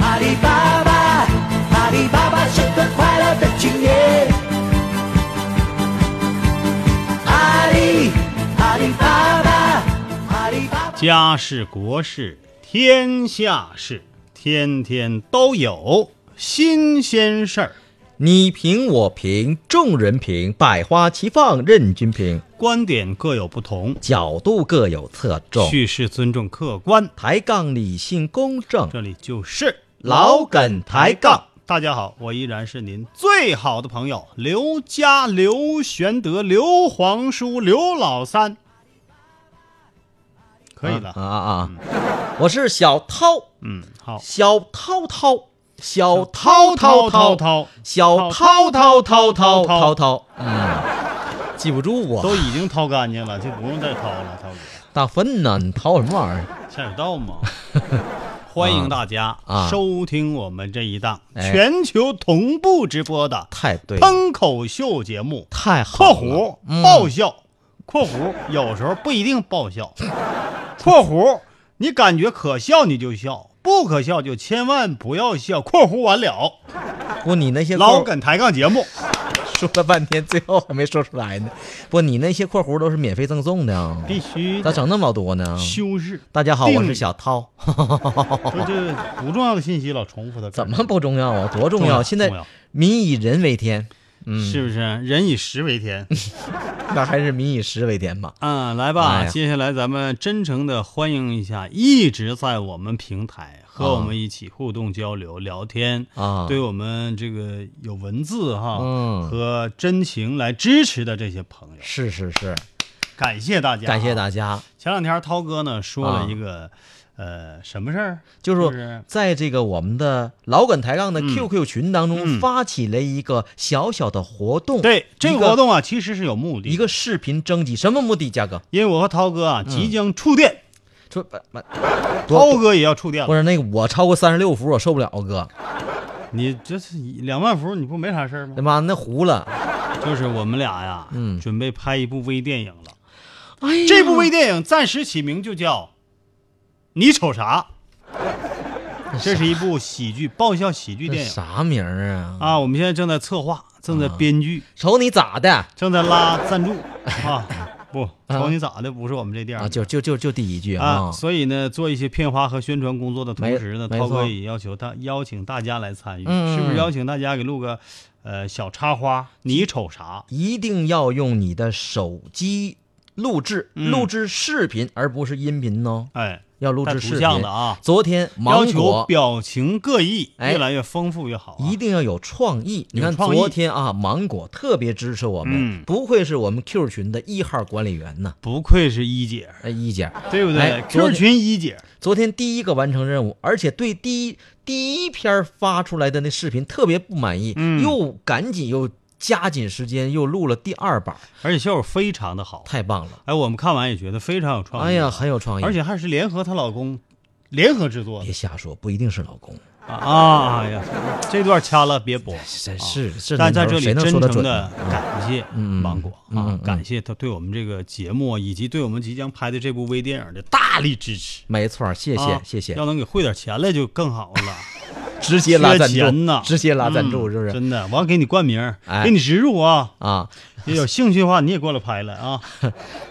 阿里巴巴，阿里巴巴是个快乐的青年。阿里，阿里巴巴，阿里巴巴。家事国事天下事，天天都有新鲜事儿。你评我评，众人评，百花齐放，任君评，观点各有不同，角度各有侧重，叙事尊重客观。抬杠理性公正，这里就是老梗抬杠。大家好，我依然是您最好的朋友刘家刘玄德刘皇叔刘老三，可以了。啊啊！我是小涛，嗯，好，小涛涛，小涛涛涛，涛涛小涛涛涛涛涛涛。嗯，记不住我，都已经掏干净了，就不用再掏了，涛哥。大粪呢？你掏什么玩意儿？下水 道嘛，欢迎大家啊收听我们这一档哎全球同步直播的太对了，喷口秀节目太（括好了弧。嗯爆笑），括弧有时候不一定 爆笑，括弧你感觉可笑你就笑，不可笑就千万不要笑。括弧完了，不，你那些老梗。梗抬杠节目， 说了半天，最后还没说出来呢。不，你那些括弧都是免费赠送的啊，必须咋整那么多呢？修饰。大家好，定我是小涛。说这不重要的信息老重复的， 哦怎么不重要啊？多重重要要！现在重要民以人为天，嗯是不是？人以食为天那还是民以食为天吧。啊！来吧，哎呀接下来咱们真诚的欢迎一下，一直在我们平台和我们一起互动交流、聊天啊对我们这个有文字哈、嗯和真情来支持的这些朋友，是是是，感谢大家，啊感谢。大家。前两天涛哥呢说啊了一个、呃什么事儿，就是不说，在这个我们的老梗抬杠的 QQ 群当嗯中，发起了一个小小的活动。对这一嗯个活动啊，其实是有目的的一个视频征集，什么目的？嘉哥因为我和涛哥嗯啊即将触电，说，不不涛哥也要触电不了。是那个，我超过三十六伏，我受不了，哥。你这是两万伏，你不没啥事儿吗他？哎妈那糊了。就是我们俩呀，嗯准备拍一部微电影了。哎呀这部微电影暂时起名就叫《你瞅啥》，这是一部喜剧爆笑喜剧这电影啥啊名儿啊？啊。我们现在正在策划，正在编剧，瞅你咋的啊？正在拉赞 助啊。不，瞅你咋的，不是我们这店儿啊就就就就第一句啊，啊，所以呢，做一些片花和宣传工作的同没时呢，没涛哥错也要求大邀请大家来参与，嗯是不是嗯邀请大家给录个呃小插花？你瞅啥？一定要用你的手机录制，嗯录制视频，而不是音频哦，哎，要录带制图视像频的。啊，昨天要芒求果表情各异，哎越来越丰富越好啊、一定要有创意。你有看创意昨天啊，芒果特别支持我嗯们，不愧是我们 Q 群的一号管理员呢，不愧是一姐，哎，一姐。对不对、哎 q 群一姐，昨天第一个完成任务，而且对第一第一篇发出来的那视频特别不满意，嗯又赶紧又加紧时间又录了第二版，而且效果非常的好。太棒了！哎，我们看完也觉得非常有创意。哎呀，，很有创意，而且还是联合她老公联合制作别的瞎说，不一定是老公，啊啊！哎呀，这段掐了别播。啊真哎是是。但在这里谁能真说得诚准的呢？感谢嗯芒果嗯啊嗯，嗯感谢他对我们这个节目以及对我们即将拍的这部微电影的大力支持。没错，谢谢啊谢谢要，能给汇点钱来就更好了。直接拉赞缺钱呐助，直接拉赞助嗯是不是？真的，完给你冠名儿，哎给你植入啊。啊，也有兴趣的话，你也过来拍来啊。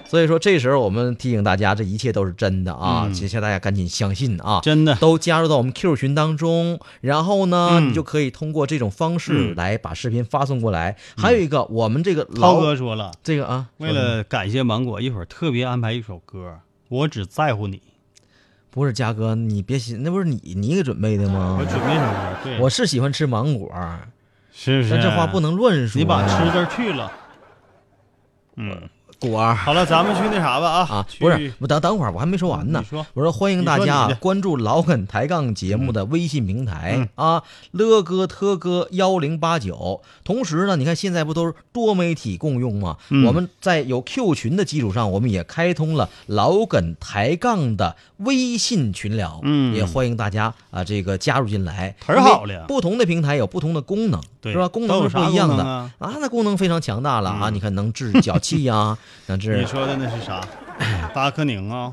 所以说这时候我们提醒大家，这一切都是真的啊，嗯请下大家赶紧相信啊， 真的都加入到我们 Q 群当中，然后呢，嗯你就可以通过这种方式嗯来把视频发送过来。还有一个，我们这个涛老哥说了，这个啊，为了感谢芒果，一会儿特别安排一首歌，我只在乎你。不是嘉哥，你别信，那不是你你给准备的吗我？准备什么歌？对，我是喜欢吃芒果，是不是？但这话不能乱说。你把吃字去了。嗯，果儿好了，咱们去那啥吧啊啊，去不是，我等等会儿，我还没说完呢嗯你说。我说欢迎大你说家啊你的嗯关注老梗抬杠节目的微信平台啊，乐哥特哥幺零八九。同时呢，你看现在不都是多媒体共用吗？嗯我们在有 Q 群的基础上，我们也开通了老梗抬杠的微信群聊，嗯也欢迎大家啊这个加入进来。忒好了因为不同的平台有不同的功能，对是吧？功都能有是啥不一样功的能啊嗯那功能非常强大了啊！你看能治脚气呀、 能治你说的那是 啥？达克宁啊，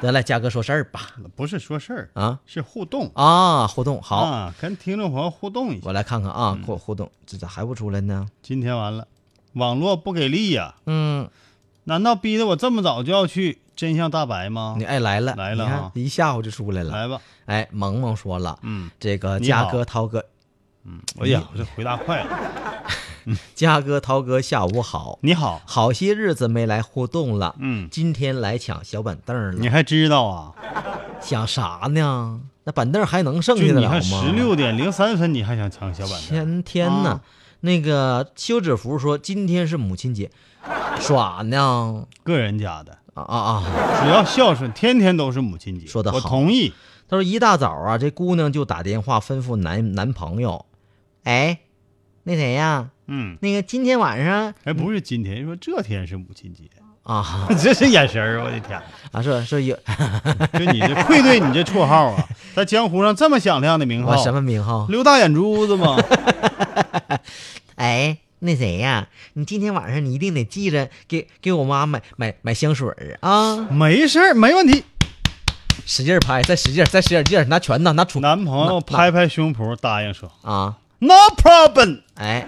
得来，嘉哥说事儿吧。不是说事儿啊，是互动。啊，互动好，啊，嗯跟听众朋友互动一下。我来看看啊，互互动，这咋还不出来呢？今天完了，网络不给力呀、嗯，难道逼得我这么早就要去真相大白吗你？哎来了，来你了看啊一下午就出来了。来吧，哎，萌萌说了，嗯，这个你嘉好哥、涛哥，哎呀，我这回答快了。嘉哥、涛哥，下午好，你好，好些日子没来互动了，嗯，今天来抢小板凳你了，还知道啊？想啥呢？那板凳还能剩就下得你了吗？看十六点零三分，你还想抢小板凳？前天呢，啊那个休止符说今天是母亲节，耍呢？个人家的，啊啊啊！只要孝顺，天天都是母亲节。说得好我同意。他说一大早啊，这姑娘就打电话吩咐男男朋友，哎，那谁呀，嗯，那个今天晚上哎，不是今天，说这天是母亲节，啊 这是眼神儿，我的天！啊说说有就你这愧对你这绰号 啊，在江湖上这么响亮的名我号，什么名号？溜大眼珠子 吗？哎，那谁呀，你今天晚上你一定得记着给给我妈买买买香水儿啊，没事儿，没问题。使劲儿拍，再使劲儿，再使点劲儿，拿拳头，拿杵男朋友拍拍胸脯答应说啊， ：“No problem。哎，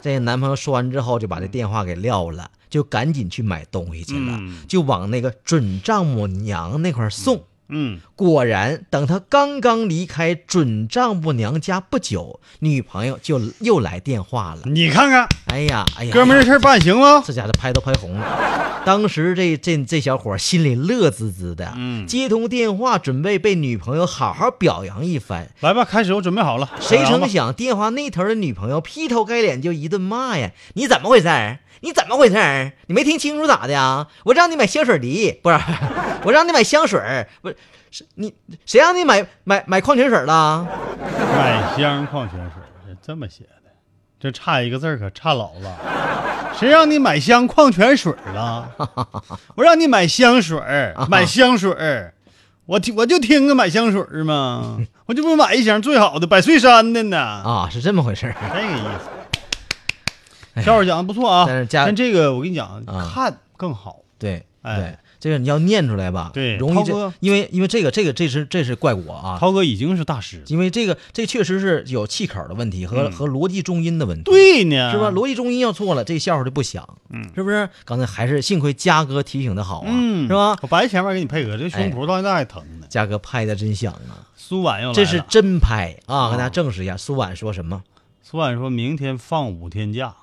这个男朋友说完之后就把这电话给撂了，就赶紧去买东西去了，嗯就往那个准丈母娘那块儿送。”嗯，果然，等他刚刚离开准丈母娘家不久，女朋友就又来电话了。你看看，哎呀，哎呀，嗯哥们儿，这事儿办行吗？这家伙拍都拍红 了。当时这这这小伙儿心里乐滋滋的，嗯接通电话准备被女朋友好好表扬一番。来吧，开始，我准备好了。谁来吧成想，电话那头的女朋友劈头盖脸就一顿骂呀：“你怎么回事儿？你怎么回事儿？你没听清楚咋的呀？我让你买香水梨，不是， 我让你买香水儿，不是，是你谁让你买买买矿泉水了？哎买箱矿泉水是这么写的，这差一个字儿可差老了。 谁让你买箱矿泉水了？我让你买香水儿，啊买香水儿，我听我就听个买香水 儿嘛，我就不买一箱最好的百岁山的呢，啊，是这么回事儿这个意思。小伙儿讲的不错啊，哎但是家但这个我跟你讲，啊看更好。对，哎对，这个你要念出来吧，对容易涛这哥，因为因为这个这个这是这是怪我啊，涛哥已经是大师了，因为这个这确实是有气口的问题和、和逻辑重音的问题。对呢，是吧？逻辑中音要错了，这笑话就不响，嗯，是不是？刚才还是幸亏嘉哥提醒的好啊，嗯，是吧？哎我白前面给你配合，这胸脯到现在还疼呢。嘉哥拍的真响啊，苏婉又来了，哦这是真拍啊！跟大家证实一下，苏婉说什么苏婉说明天放五天假。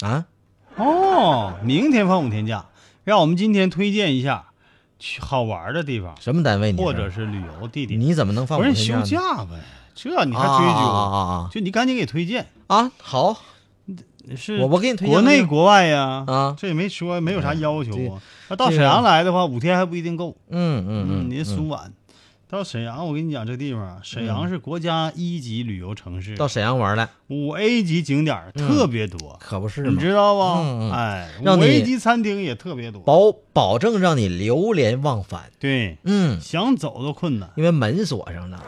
啊？哦，明天放五天假，让我们今天推荐一下去好玩的地方，什么单位你是？或者是旅游地点。你怎么能放不我是天假你休呢？假呗？这你还啊追究？啊啊啊啊就你赶紧给推荐，啊？好，是我我给你推荐国那内个国外呀啊这也没说，没有啥要这求啊。那到沈阳来的话，五天还不一定够。嗯嗯嗯，你苏婉到沈阳，我跟你讲这地方啊，沈阳是国家一级旅游城市，到沈嗯阳玩来，五 A 级景点儿特别多，可不是你吗？知道吧？嗯嗯哎，让五你 A 级餐厅也特别多，保保证让你流连忘返，对，嗯，想走都困难。因为门锁上了。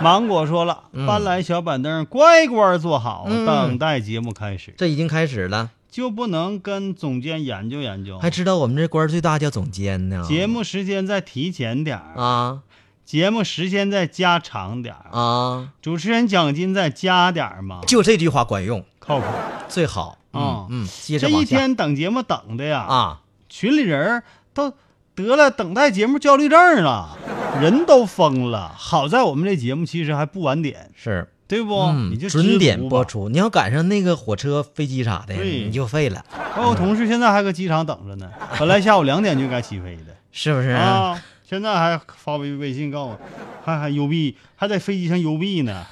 芒果说了，搬来小板凳，乖乖坐好，嗯等待节目开始，这已经开始了，就不能跟总监研究研究还。知道我们这官儿最大叫总监呢。哦节目时间再提前点儿，啊节目时间再加长点儿，啊，主持人奖金再加点儿嘛，就这句话管用，靠谱。最好。嗯啊嗯，接着这往一下天等节目等的呀，啊，群里人儿都得了等待节目焦虑症了，人都疯了。好在我们这节目其实还不晚点，是。对不？哦你嗯，就知准点足播吧。出。你要赶上那个火车、飞机啥的，对你就废了，包括哦同事现在还搁机场等着呢，嗯本来下午两点就该起飞 的是不是？啊，现在还 发微微信告诉我，还还邮币，还在飞机上邮币呢。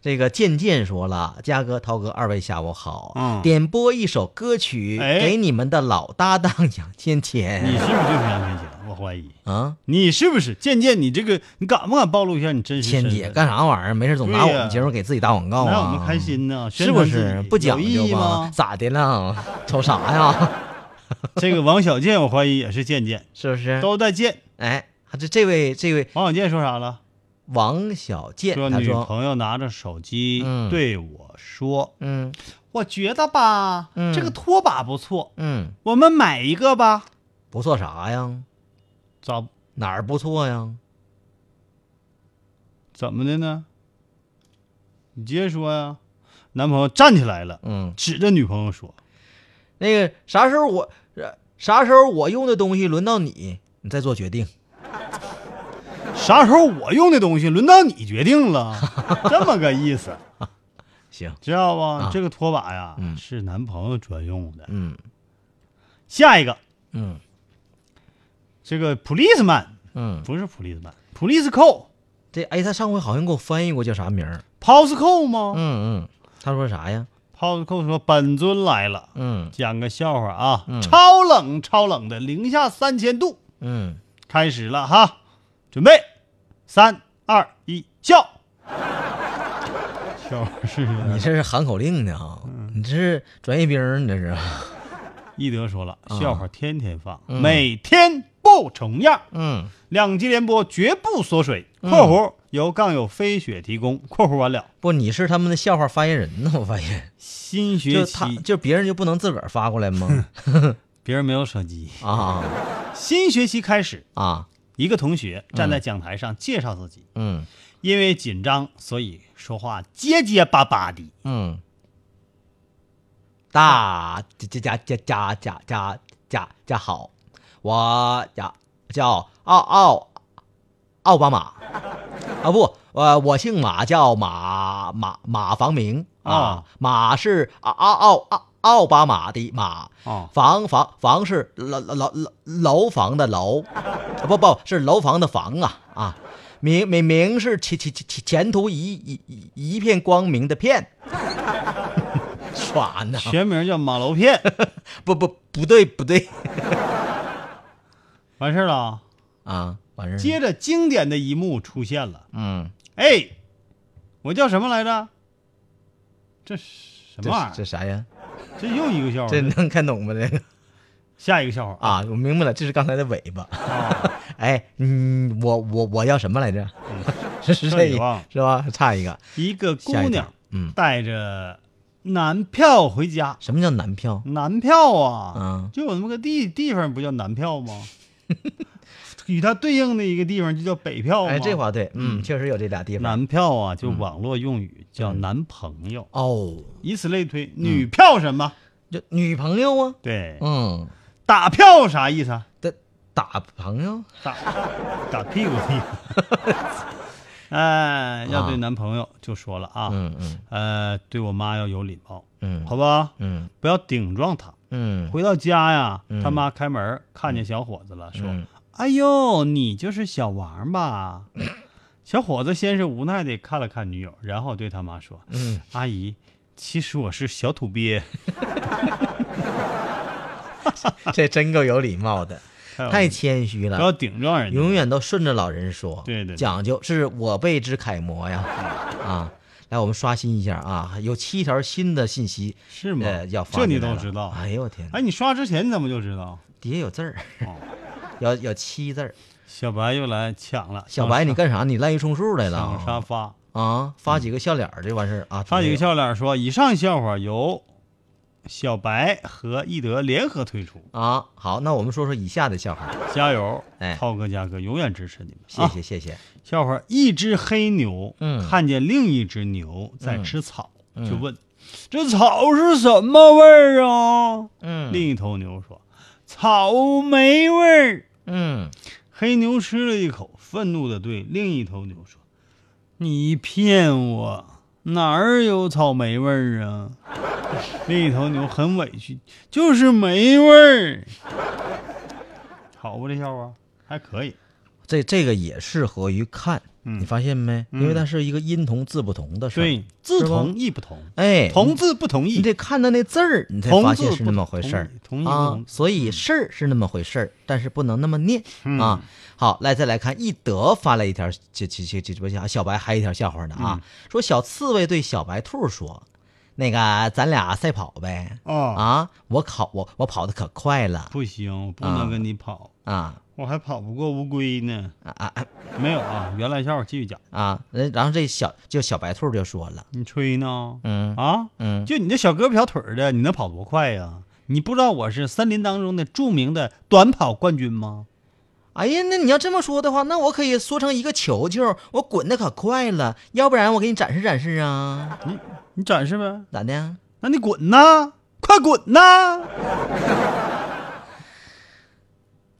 这个渐渐说了，嘉哥、涛哥，二位下午好，嗯点播一首歌曲、哎给你们的老搭档杨倩你倩是不是就是杨千千？我怀疑啊，你是不是？渐渐，你这个你敢不敢暴露一下你真实身倩份？姐干啥玩意儿？没事总拿我对呀们节目给自己打广告哪有啊，我们开心呢宣是不传自己是不讲有意究义吗 吗？咋的了？瞅啥呀？这个王小贱，我怀疑也是渐渐，是不是？ 都在贱。哎，这这位这位王小贱说啥了？王小贱，说他女说，朋友拿着手机嗯对我说嗯：“我觉得吧，嗯这个拖把不错，嗯，我们买一个吧。不错啥呀？”咋哪儿不错呀？怎么的呢？你接着说呀。男朋友站起来了，嗯，指着女朋友说那个啥时候我呃啥时候我用的东西轮到你，你再做决定。：“啥时候我用的东西轮到你决定 了？”这么个意思，行，知道吧？啊这个拖把呀，嗯是男朋友专用的。嗯下一个，嗯这个 policeman 嗯，不是 policeman，police call 这哎，他上回好像给我翻译过叫啥名儿？ pause call 吗、嗯嗯，他说啥呀？ p o s e call 说本尊来了。嗯讲个笑话啊，嗯超冷超冷的零下三千度，嗯，开始了哈，准备，三二一， 笑。笑话是有点你这是喊口令呢啊？你这是专业兵儿，你这是？一德说了，笑话天天放，嗯每天不重样，嗯两集连播绝不缩水。（嗯括弧由杠友飞雪提供）（括弧完了）不，你是他们的笑话发言人呢？我发现，新学就他期就别人就不能自个儿发过来吗？ 别人没有手机，啊新学期开始，啊，一个同学站在讲台上介绍自己，嗯因为紧张，所以说话结结巴巴的。嗯，大家家家家家家家家好，我呀叫奥奥奥巴马啊不，呃我姓马，叫马马马房明啊啊，马是奥奥奥奥巴马的马哦房房房是楼楼楼楼楼房的楼，啊不不是楼房的房啊啊，明明明是前前前前途一一一一片光明的片， 耍呢？全名叫马楼片。 不不不对不对完事儿了啊，啊，完事儿了接着经典的一幕出现了。嗯，哎，我叫什么来着？这是什这么玩意这儿？哦啥呀？这又一个笑这话。能看懂吗？这个下一个笑话啊，我明白了，这是刚才的尾巴。啊！哎，嗯，我我我要什么来着？ 是是这这你一嗯忘了是吧？差一个，一个姑下一条娘，嗯，带着男票回家。什么叫男票？男票啊，嗯就有那么个地地方不叫南票 吗？与它对应的一个地方就叫北哦票吗？哎，这话嗯对，嗯，确实有这俩地方。男票啊，就网络用语叫嗯男朋友，哦，以此类推，嗯女票什么？就女朋友啊，对，嗯，打票啥意思啊？打打朋友，打打屁股的意思。 哎，要对男朋友就说了啊，嗯嗯呃，对我妈要有礼貌，嗯，好吧？嗯不要顶撞她。嗯，回到家呀，嗯他妈开门看见小伙子了，说嗯：“哎呦，你就是小 王吧？”小伙子先是无奈的看了看女友，然后对他妈说：“嗯阿姨，其实我是小土鳖。这真够有礼貌 的，还有太谦虚不要了，顶撞人家。永远都顺着老人说，对嗯对对讲究是我辈之楷模呀，啊，来我们刷新一下啊，有七条新的信息，是吗呃，要发这你进来都了知道哎呦我天哪，哎，你刷之前你怎么就知道？底下有字儿哦， 有有七字儿，小白又来抢了。小白上你干啥？你滥竽充数来了上上沙啊发，啊？发几个笑脸儿就完事儿啊？嗯发几个没有笑脸说：“以上笑话由小白和易德联合推出，啊？好，那我们说说以下的笑话，加油！哎涛哥、嘉哥永远支持你们，谢啊谢谢谢，笑话，一只黑牛，嗯看见另一只牛在吃草，就问：“这草是什么味儿啊？”嗯另一头牛说：“草莓味儿。嗯”黑牛吃了一口，愤怒的对另一头牛说：“你骗我，哪儿有草莓味儿啊？”另一头牛很委屈：“就是没味儿。”好不？这笑话还可以。这这个也适合于看你发现没？因为它是一个音同字不同的事儿。嗯对，字是吧同意不同，哎，同字不同意，你得看到那字儿，你才同发字现是不那么回事儿同意同意啊同意。所以事儿是那么回事儿，但是不能那么念啊嗯。好，来再来看，一德发来一条，这这这这不小小白还有一条笑话呢嗯啊，说小刺猬对小白兔说：“那个咱俩赛跑呗。”哦，啊，我跑我我跑的可快了不行，我不能跟你跑，啊我还跑不过乌龟呢。啊啊啊没有啊，原来笑话继续讲。啊！人然后这小就小白兔就说了，你吹呢？嗯啊，嗯就你这小胳膊小腿儿的，你能跑多快呀、你不知道我是森林当中的著名的短跑冠军吗？哎呀，那你要这么说的话，那我可以缩成一个球球，我滚的可快了，要不然我给你展示展示啊，你展示呗，咋的？那你滚呐，快滚呐！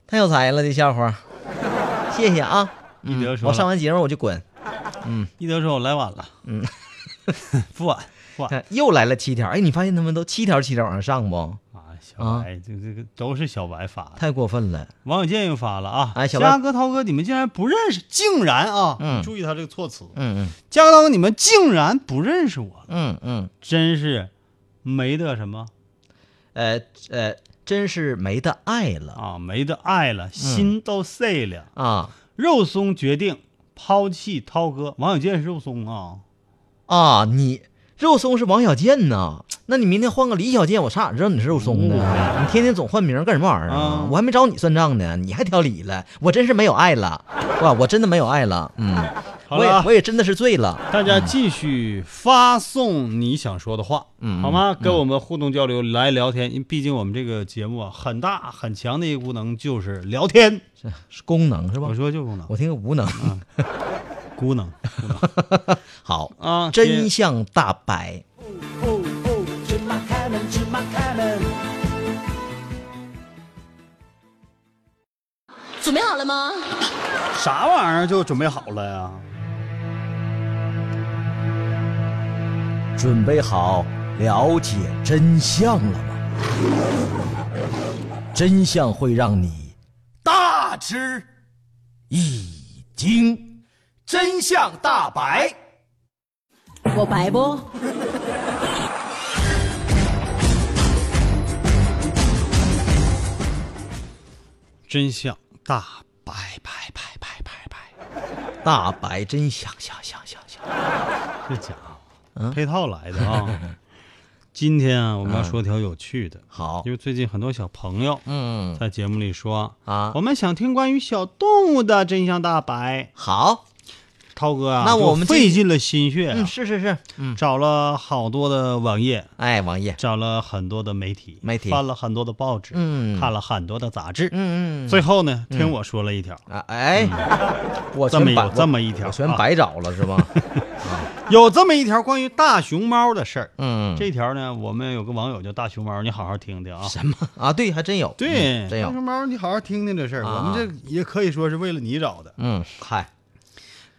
太有才了，这笑话， 谢谢啊！一德嗯，说我了上完节目我就滚，一德说：“我来晚了。”嗯， 不晚不 晚看又来了七条，哎，你发现他们都七条七条往上上不？啊！小白，这这个都是小白发的。太过分了，网友建议发了啊！哎小白嘉哥、涛哥，你们竟然不认识，竟然啊！嗯注意他这个措辞，嗯嘉哥、涛哥，你们竟然不认识我，嗯嗯嗯，真是没得什么呃呃，真是没得爱了啊，没得爱嗯了，心都碎了。啊肉松决定抛弃涛哥，网友建议是肉松啊，啊！你肉松是王小贱呐，那你明天换个李小贱，我上哪知道你是肉松呢？嗯你天天总换名儿干什么玩意儿啊啊？我还没找你算账呢，你还挑理了，我真是没有爱了，哇，我真的没有爱了，嗯，我好了也啊我也真的是醉了，大家继续发送你想说的话，嗯好吗？跟我们互动交流，来聊天，因为毕竟我们这个节目啊，很大很强的一个功能就是聊天。是功能是吧我？说嗯就功能，我听个无能，孤能 好啊，真相大白。哦哦，芝麻开门，芝麻开门。准备好了吗？啥玩意儿就准备好了呀？准备好了解真相了吗？真相会让你大吃一惊。真相大白。我白不？真相大白白白白白白，大白真相，相相相相。这家伙配套来的啊。今天啊，我们要说条有趣的，好因，为最近很多小朋友，嗯，在节目里说啊我们想听关于小动物的真相大白。好，涛哥啊，那我们就费尽了心血啊、嗯，是是是，嗯，找了好多的网页，哎，王爷，找了很多的媒体，媒体翻了很多的报纸，嗯看了很多的杂志，嗯嗯最后呢，听我说了一条，啊，哎，我嗯这全么有白这么一条我全啊白找了是吧？有这么一条关于大熊猫的事儿。嗯，这条呢，我们有个网友叫大熊猫，你好好听听啊。什么啊？对，还真有，对，嗯真大有，熊猫，你好好听听这事儿。啊我们这也可以说是为了你找的。嗯，嗨，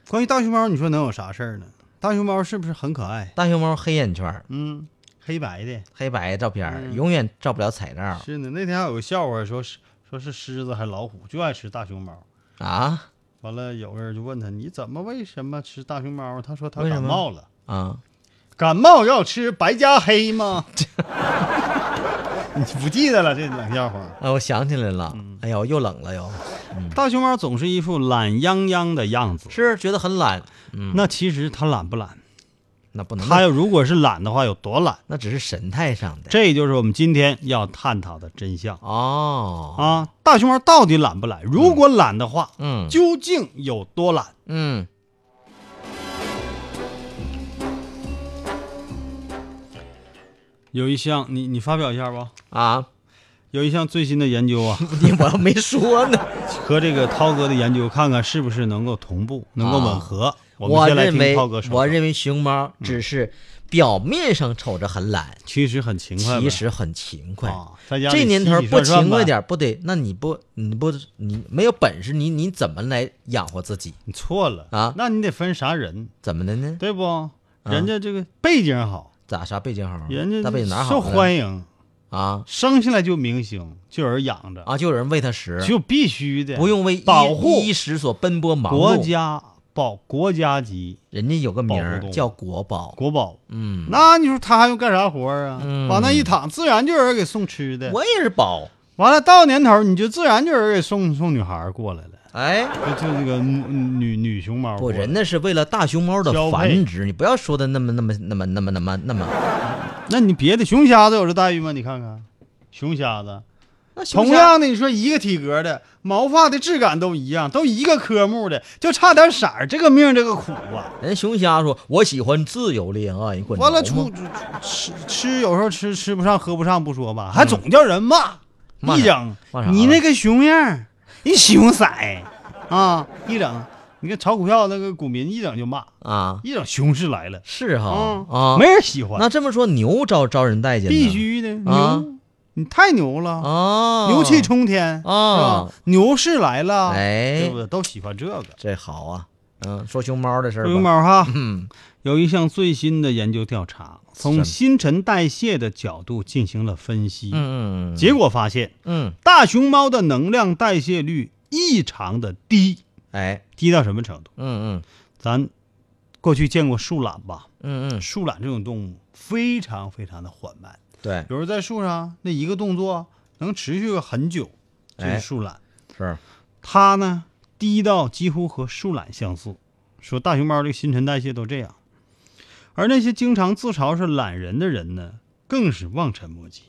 关于大熊猫，你说能有啥事儿呢？大熊猫是不是很可爱？大熊猫黑眼圈儿，嗯，黑白的。黑白照片嗯儿，永远照不了彩照是呢，那天还有个笑话，说是说是狮子还老虎就爱吃大熊猫。啊完了，有个人就问他：“你怎么为什么吃大熊猫啊？”他说他为什感么冒了。啊！感冒要吃白加黑吗？你不记得了这冷笑话？哎，我想起来了，嗯哎呦，又冷了又，大熊猫总是一副懒洋洋的样子，是觉得很懒，那其实它懒不懒？那不能，它要如果是懒的话，有多懒？那只是神态上的这就是我们今天要探讨的真相哦，啊！大熊猫到底懒不懒？如果懒的话，嗯究竟有多懒？嗯，有一项，你你发表一下吧。啊，有一项最新的研究啊， 你我还没说呢， 和这个涛哥的研究看看是不是能够同步，能够吻合。我嗯们先来认听为涛哥说。啊我认为熊猫只是表面上瞅着很懒，其实很勤快呗，其实很勤快。啊，在家里这年头洗洗不涮涮勤快呗，点不得，那你不你不你没有本事，你你怎么来养活自己？你错了啊那你得分啥人，怎么的呢？对不？人家这个背景好，咋啥背景好？人家嗯大背景哪好受呢？欢迎，啊生下来就明星，就有人养着，啊！就有人喂它食，就必须的，啊不用为衣保护衣食所奔波忙碌。国家保国家级人家有个名保护儿动物叫国宝，国宝，嗯，那你说他还用干啥活儿啊？嗯往那一躺，自然就有人给送吃的。我也是宝，完了，到年头儿你就自然就有人给送送女孩儿过来了，哎，就就那个女女女熊猫不，过来。人那是为了大熊猫的交配啊繁殖，你不要说的那么那么那么那么那么那么，那你别的熊瞎子有这待遇吗？你看看，熊瞎子，那熊同瞎样的，你说一个体格的，毛发的质感都一样，都一个科目的，就差点色儿，这个命这个苦啊！人熊瞎说，我喜欢自由恋爱，你滚完了，犊子出吃吃有时候吃吃不上喝不上不说吧，还总叫人骂，嗯骂一啥整骂啥你那个熊样儿，你熊色儿啊，一整你看炒股票那个股民一整就骂，啊，一整熊市来了是哈嗯啊，没人喜欢，那这么说牛招招人待见呢，必须的啊牛，你太牛了啊，牛气冲天啊是吧牛市来了，哎对不对？都喜欢这个。这好啊，嗯，说熊猫的事儿吧，熊，猫哈，嗯，有一项最新的研究调查，什从么新陈代谢的角度进行了分析，嗯嗯，结果发现嗯，大熊猫的能量代谢率异常的低，哎，低到什么程度？嗯嗯咱过去见过树懒吧？嗯嗯，树懒这种动物非常非常的缓慢，对，有时候在树上那一个动作能持续个很久，这哎是树懒。是，它呢低到几乎和树懒相似。说大熊猫这个新陈代谢都这样，而那些经常自嘲是懒人的人呢，更是望尘莫及。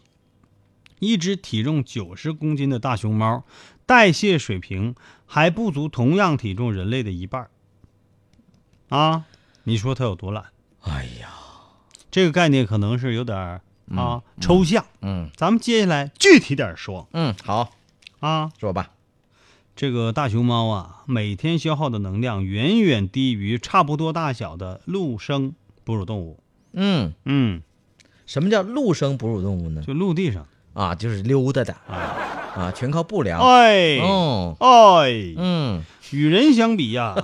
一只体重九十公斤的大熊猫，代谢水平还不足同样体重人类的一半儿啊！你说它有多懒？哎呀，这个概念可能是有点儿啊、抽象。嗯咱们接下来具体点儿说嗯，好，啊。说吧，这个大熊猫啊，每天消耗的能量远远低于差不多大小的陆生哺乳动物。嗯，嗯，什么叫陆生哺乳动物呢？就陆地上。啊，就是溜达的，啊，全靠不良，哎，哦，哎，嗯，与人相比呀、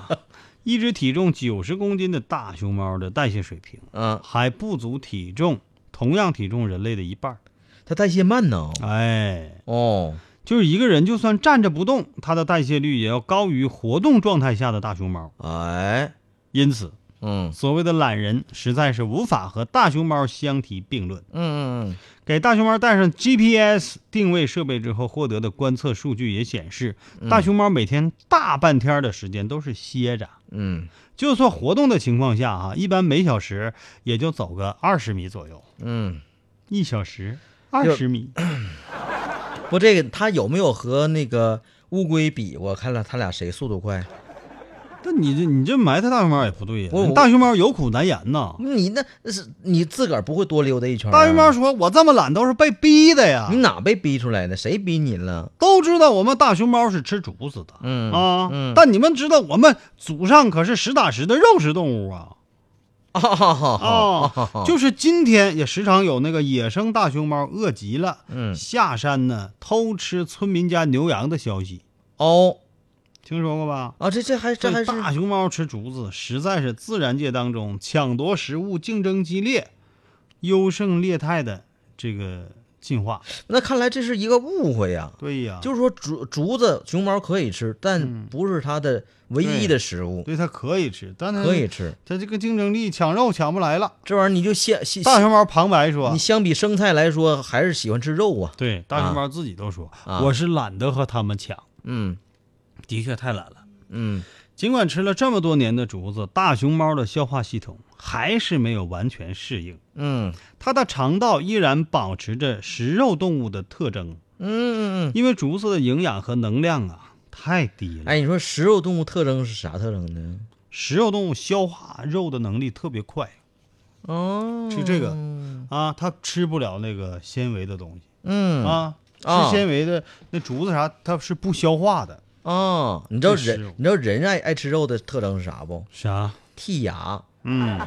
一只体重九十公斤的大熊猫的代谢水平啊，还不足体重同样体重人类的一半儿。它代谢慢呢，哎，哦，就是一个人就算站着不动，它的代谢率也要高于活动状态下的大熊猫。哎，因此，嗯所谓的懒人实在是无法和大熊猫相提并论。嗯嗯给大熊猫带上 GPS 定位设备之后，获得的观测数据也显示，大熊猫每天大半天的时间都是歇着，嗯就算活动的情况下啊，一般每小时也就走个二十米左右，嗯一小时二十米。嗯，不，这个它有没有和那个乌龟比过？看了它俩谁速度快？但你这你这埋汰大熊猫也不对呀我我，大熊猫有苦难言呐。你那是你自个儿不会多溜达一圈儿啊、大熊猫说：“我这么懒都是被逼的呀你，哪被逼出来的？谁逼你了？都知道我们大熊猫是吃竹子的，嗯啊，嗯但你们知道我们祖上可是实打实的肉食动物啊。”啊哈哈哈哈哦哈，就是今天也时常有那个野生大熊猫饿极了， 嗯下山呢偷吃村民家牛羊的消息，哦听说过吧？啊，这这还这还是大熊猫吃竹子，实在是自然界当中抢夺食物竞争激烈、优胜劣汰的这个进化。那看来这是一个误会呀、对呀，就是说竹竹子熊猫可以吃，但不是它的唯一的食物，嗯对它可以吃，但它可以，吃它这个竞争力抢肉抢不来了。嗯这玩意儿，你就相相大熊猫旁白说你。相比生菜来说，还是喜欢吃肉啊。对，大熊猫自己都说，啊我是懒得和他们抢，嗯的确太懒了。嗯，尽管吃了这么多年的竹子，大熊猫的消化系统还是没有完全适应，嗯它的肠道依然保持着食肉动物的特征，嗯嗯嗯。因为竹子的营养和能量啊太低了。哎，你说食肉动物特征是啥特征呢？食肉动物消化肉的能力特别快哦，是这个啊，它吃不了那个纤维的东西嗯啊，啊吃纤维的那竹子啥，它是不消化的。哦，你知道这是人你知道人爱爱吃肉的特征是啥不？啥？剔牙。嗯，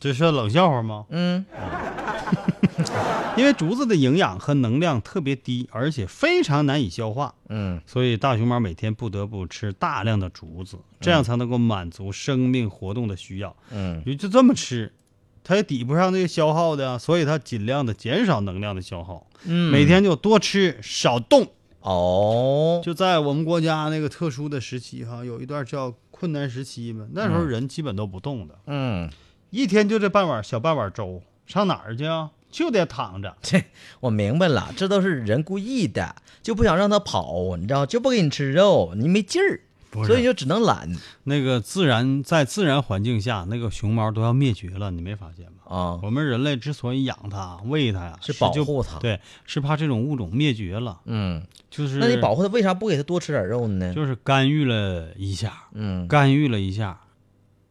这是冷笑话吗？嗯因为竹子的营养和能量特别低，而且非常难以消化，嗯所以大熊猫每天不得不吃大量的竹子，这样才能够满足生命活动的需要。嗯也就这么吃，它也抵不上这个消耗的啊，所以它尽量的减少能量的消耗，嗯，每天就多吃少动，哦，就在我们国家那个特殊的时期哈，有一段叫困难时期嘛，那时候人基本都不动的，嗯，一天就这半碗小半碗粥，上哪儿去啊？就得躺着。这我明白了，这都是人故意的，就不想让它跑，你知道，就不给你吃肉，你没劲儿，不是所以就只能懒 那个自然在自然环境下，那个熊猫都要灭绝了，你没发现吗？啊。我们人类之所以养它、喂它呀，是是保就护它对，是怕这种物种灭绝了，嗯，就是那你保护它，为啥不给它多吃点肉呢？就是干预了一下，嗯，干预了一下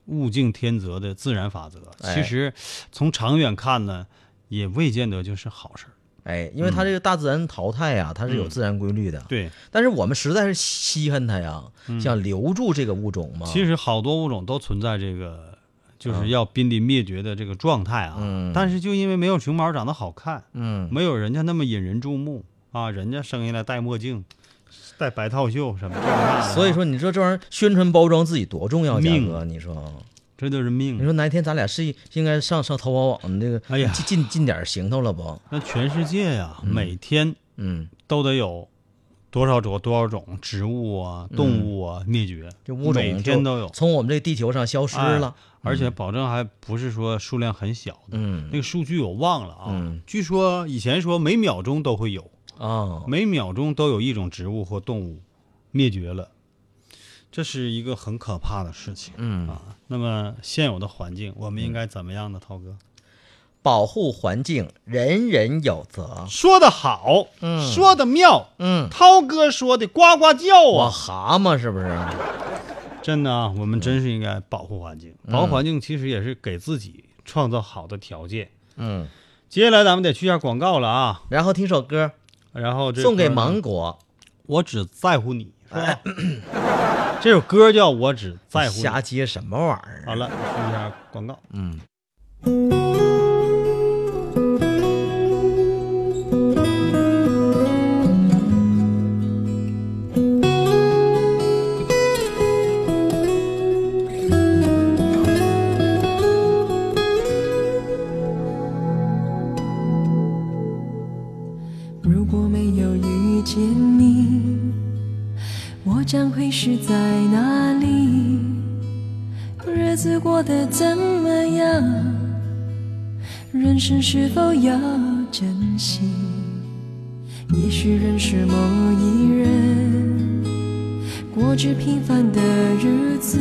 物竞天择的自然法则。哎其实从长远看呢，也未见得就是好事儿。哎，因为它这个大自然淘汰啊，它是有嗯自然规律的。对，但是我们实在是稀罕它呀，想留住这个物种嘛。嗯其实好多物种都存在这个就是要濒临灭绝的这个状态啊。啊嗯但是就因为没有熊猫长得好看，嗯，没有人家那么引人注目啊，人家生下来戴墨镜，戴白套袖什么这那 的，所以说你说这玩意儿宣传包装自己多重要，嘉嗯命嗯哥，你说。这就是你命。说哪天咱俩是应该上上淘宝网那个，哎呀进进进点行头了不？那全世界呀、每天嗯，都得有多少种多少种植物啊、动物啊灭绝，嗯这物种每就天都有，从我们这地球上消失了。哎而且保证还不是说数量很小的。嗯那个数据我忘了啊，嗯据说以前说每秒钟都会有，啊，每秒钟都有一种植物或动物灭绝了，这是一个很可怕的事情。嗯，啊，那么现有的环境，我们应该怎么样呢？涛哥嗯保护环境，人人有责。说的好，嗯说的妙，嗯，涛哥说的呱呱叫我啊！蛤蟆是不是？真的啊，我们真是应该保护环境，嗯保护环境其实也是给自己创造好的条件。嗯，接下来咱们得去一下广告了啊，然后听首歌，然后这送给歌呢芒果。我只在乎你，是吧？这首歌叫《我只在乎你》。 瞎接什么玩意好儿？啊了，去一下广告。如果没有遇见你，我将会是在哪里？日子过得怎么样？人生是否要珍惜？也许认识某一人，过着平凡的日子，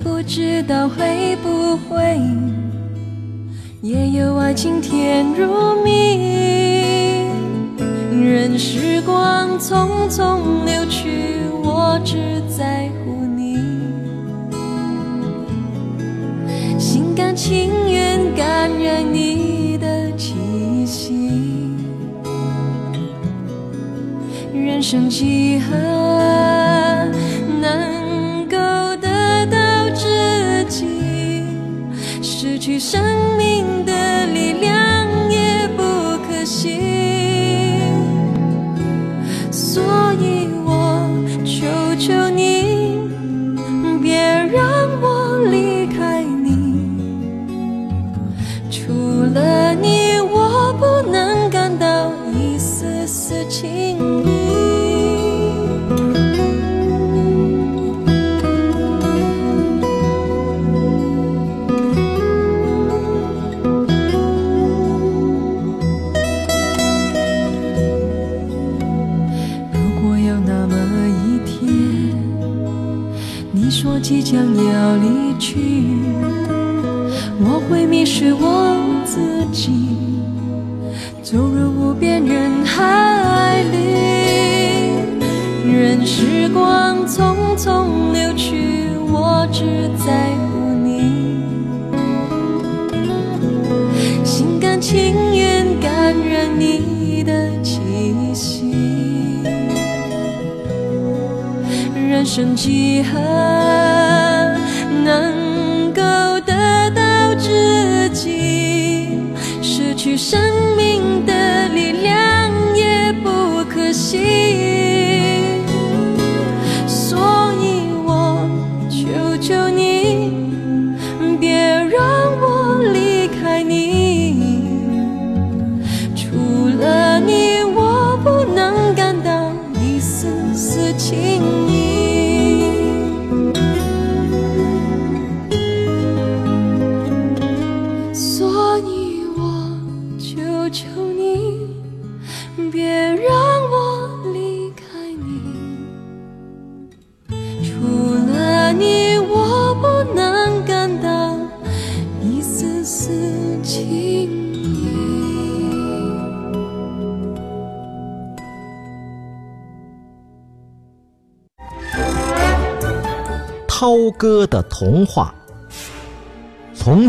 不知道会不会。也有爱情甜如蜜。任时光匆匆流去，我只在乎你。心甘情愿感染你的气息，人生几何能够得到知己？失去生命的力量也不可惜，所以我求求你，别让我离开你。除了你，我不能感到一丝丝情意。如果有那么一天，你说即将要离去，我会迷失我自己，走入无边人海里。任时光匆匆流去，我只在乎你。心甘情愿感染你的气息。人生几何能够得到知己？失去生命的力量也不可惜。所以我求求你，别让我离开你。除了你，我不能轻易。所以我求求你，别让我离开你。除了你，我不能感到一丝丝情意。涛哥的童话。从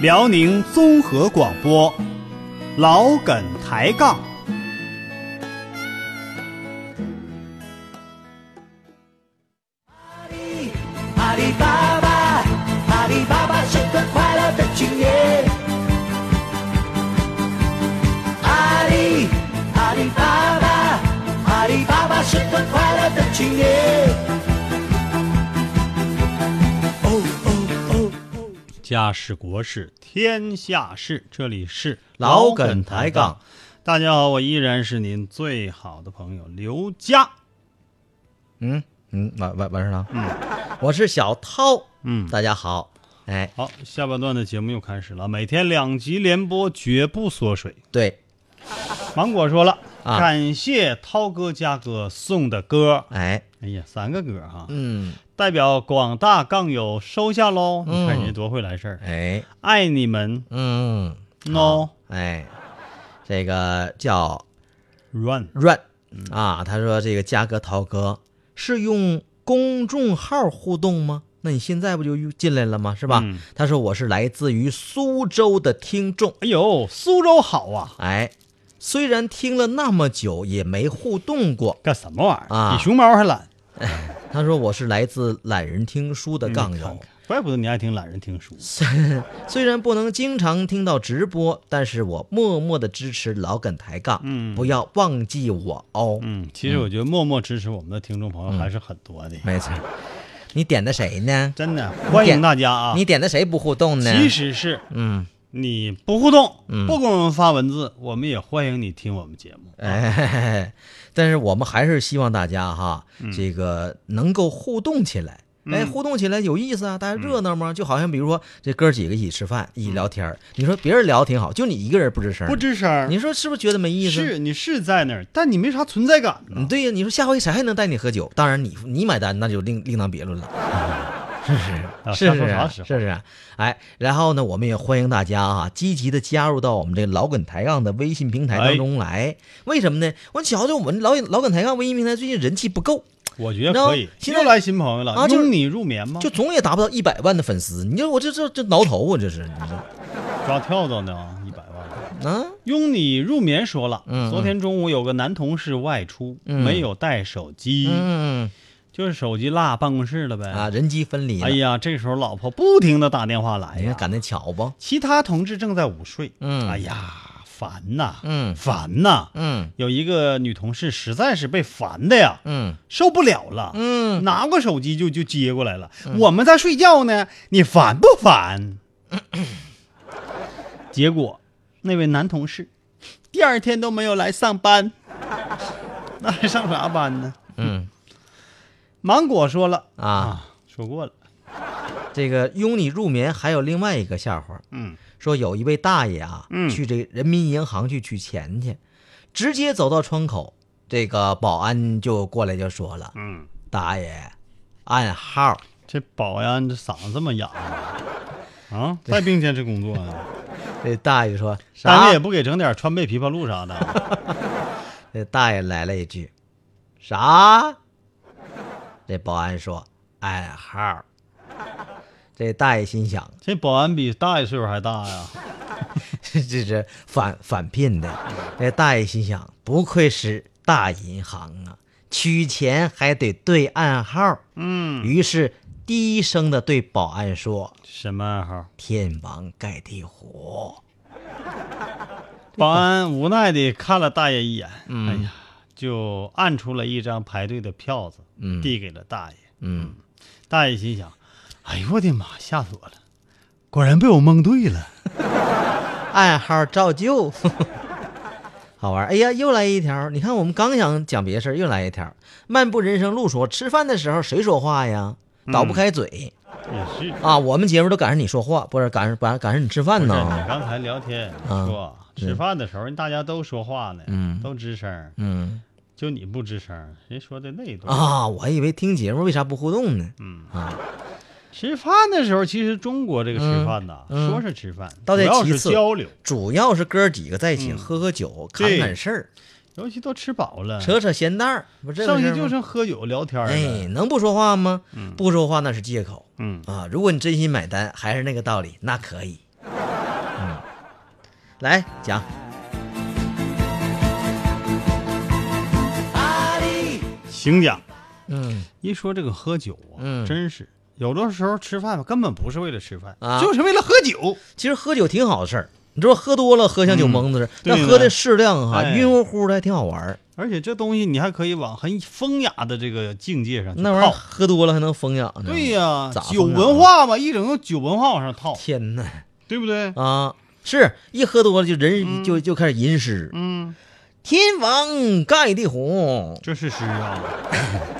辽宁综合广播，老梗抬杠。阿里巴巴，阿里巴巴是个快乐的青年。阿里，阿里巴巴，阿里巴巴是个快乐的青年。哦哦哦！家事国事天下事，这里是老梗抬杠。大家好，我依然是您最好的朋友刘佳。嗯嗯，完完完事了。嗯，我是小涛。嗯大家好。哎，好，下半段的节目又开始了，每天两集连播，绝不缩水。对，芒果说了，啊感谢涛哥、佳哥送的歌。哎，哎呀，三个歌哈，嗯，代表广大杠友收下喽。你看人家多会来事儿，哎，爱你们嗯， ，no 哎，这个叫 run， run 啊，他说这个嘉哥、涛哥是用公众号互动吗？那你现在不就进来了吗？是吧？嗯他说我是来自于苏州的听众，哎呦，苏州好啊，哎，虽然听了那么久也没互动过，干什么玩意儿？啊比熊猫还懒，他说我是来自懒人听书的杠友，怪不得嗯你爱听懒人听书。虽然不能经常听到直播，但是我默默的支持老梗抬杠，嗯不要忘记我哦，嗯，其实我觉得默默支持我们的听众嗯朋友还是很多的，没错，你点的谁呢？真的欢迎大家啊！嗯你嗯点的谁不互动呢？即使是嗯，你不互动，不给我们发文字，我们也欢迎你听我们节目。 哎，但是我们还是希望大家哈，嗯这个能够互动起来。哎，互动起来有意思啊，大家热闹吗？就好像比如说这哥几个一起吃饭，一起聊天儿你说别人聊挺好，就你一个人不吱声儿，不吱声儿，你说是不是觉得没意思？是你是在那儿，但你没啥存在感嗯，呢。对呀，你说下回谁还能带你喝酒？当然你你买单那就另另当别论了，啊是不下周是？啥是是？时候是不是？哎，然后呢，我们也欢迎大家啊，积极的加入到我们这个老梗抬杠的微信平台哎当中来。为什么呢？我瞧着我们老老梗抬杠微信平台最近人气不够，我觉得可以然后，现在又来新朋友了，啊就是拥你入眠吗？就总也达不到一百万的粉丝。你说我这这这挠头啊，这是你说抓跳蚤呢，一百万了。啊？拥你入眠说了，嗯嗯昨天中午有个男同事外出，嗯没有带手机，嗯就是手机落办公室了呗。啊，人机分离了。哎，呀，这时候老婆不停的打电话来你呀看，赶得巧不？其他同志正在午睡，嗯哎呀，烦呐，嗯烦呐，嗯有一个女同事实在是被烦的呀，嗯受不了了，嗯，拿过手机就就接过来了。我们在睡觉呢，你烦不 烦？结果那位男同事第二天都没有来上班， 那还上啥班呢？嗯，芒果说了啊，说过了，这个拥你入眠还有另外一个笑话。嗯，说有一位大爷啊，嗯去这人民银行去取钱去，直接走到窗口，这个保安就过来就说了，嗯，大爷，按号。这保安这嗓子这么哑， 啊，在并坚持工作呢，这大爷说单位也啥？不给整点川贝枇杷露啥的，这大爷来了一句：“啥？”这保安说：“暗号。”这大爷心想：“这保安比大爷岁数还大呀， 这是反反聘的。”这大爷心想：“不愧是大银行啊，取钱还得对暗号。”嗯，于是低声的对保安说什么啊爱好？：“天王盖地虎。”保安无奈地看了大爷一眼，嗯哎呀，就按出了一张排队的票子，嗯递给了大爷。嗯，大爷心想：“哎呦我的妈，吓死我了！果然被我蒙对了。暗号照旧， 好玩儿。哎呀，又来一条！你看，我们刚想讲别的事儿，又来一条。漫步人生路说，吃饭的时候谁说话呀？倒嗯不开嘴、”也是，啊！我们节目都赶上你说话，不是赶上赶赶上你吃饭不是呢你。刚才聊天啊说吃饭的时候，大家都说话呢，嗯都吱声，嗯就你不吱声，谁说的那多？啊，我还以为听节目为啥不互动呢？嗯啊，吃饭的时候，其实中国这个吃饭呐，嗯嗯说是吃饭，到主底要其是次交流，主要是哥几个在一起嗯喝喝酒，对侃侃事儿，尤其都吃饱了，扯扯闲蛋儿，不这个剩事下儿就吗？剩喝酒聊天哎，了。能不说话吗？不说话那是借口。嗯，啊，如果你真心买单，还是那个道理，那可 以。嗯，来讲，行讲。嗯，一说这个喝酒啊，嗯真是有的时候吃饭吧，根本不是为了吃饭，啊就是为了喝酒。其实喝酒挺好的事儿，你知道喝多了喝像酒蒙子似的，嗯对但呢喝的适量哈，哎晕乎乎的还挺好玩儿。而且这东西你还可以往很风雅的这个境界上去那玩意儿套。喝多了还能风雅呢。对呀、咋酒风雅文化嘛，一整个酒文化往上套，天哪对不对？啊！是一喝多了就人就就开始吟诗，嗯，天王盖地虎，这是诗啊。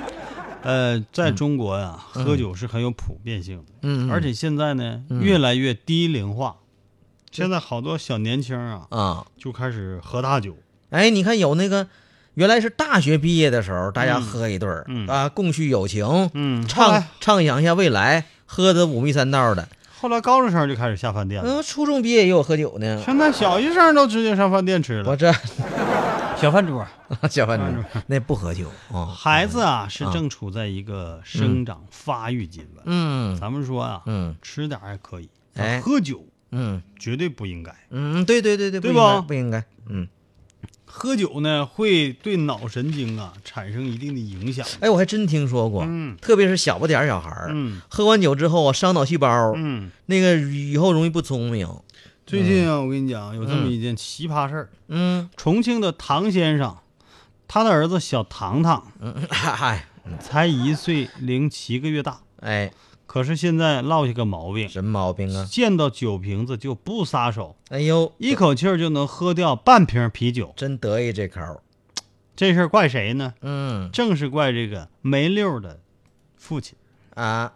呃，在中国呀、喝酒是很有普遍性的，嗯，而且现在呢，越来越低龄化。现在好多小年轻啊，啊，就开始喝大酒。哎，你看有那个，原来是大学毕业的时候，大家喝一顿儿、嗯啊，共叙友情，嗯后畅来畅想一下未来，喝的五迷三道的。后来高中生就开始下饭店了。嗯，初中毕业也有喝酒呢。现在小学生都直接上饭店吃我了，这 小饭桌。小范子那不喝酒啊，孩子啊，是正处在一个生长发育阶段。嗯咱们说啊，嗯吃点儿还可以，哎喝酒嗯绝对不应该。嗯，对对对对，对不应该吧不应该，嗯，喝酒呢，会对脑神经啊产生一定的影响。 哎，我还真听说过，嗯特别是小不点儿小孩儿，嗯喝完酒之后啊，伤脑细胞，嗯，那个以后容易不聪明，最近啊，我跟你讲，有这么一件奇葩事儿。嗯，重庆的唐先生，他的儿子小糖糖嗯哎才一岁零七个月大，哎，可是现在落下个毛病，什么毛病啊？见到酒瓶子就不撒手，哎呦，一口气儿就能喝掉半瓶啤酒。真得意这口儿，这事儿怪谁呢？嗯正是怪这个梅六的父亲啊，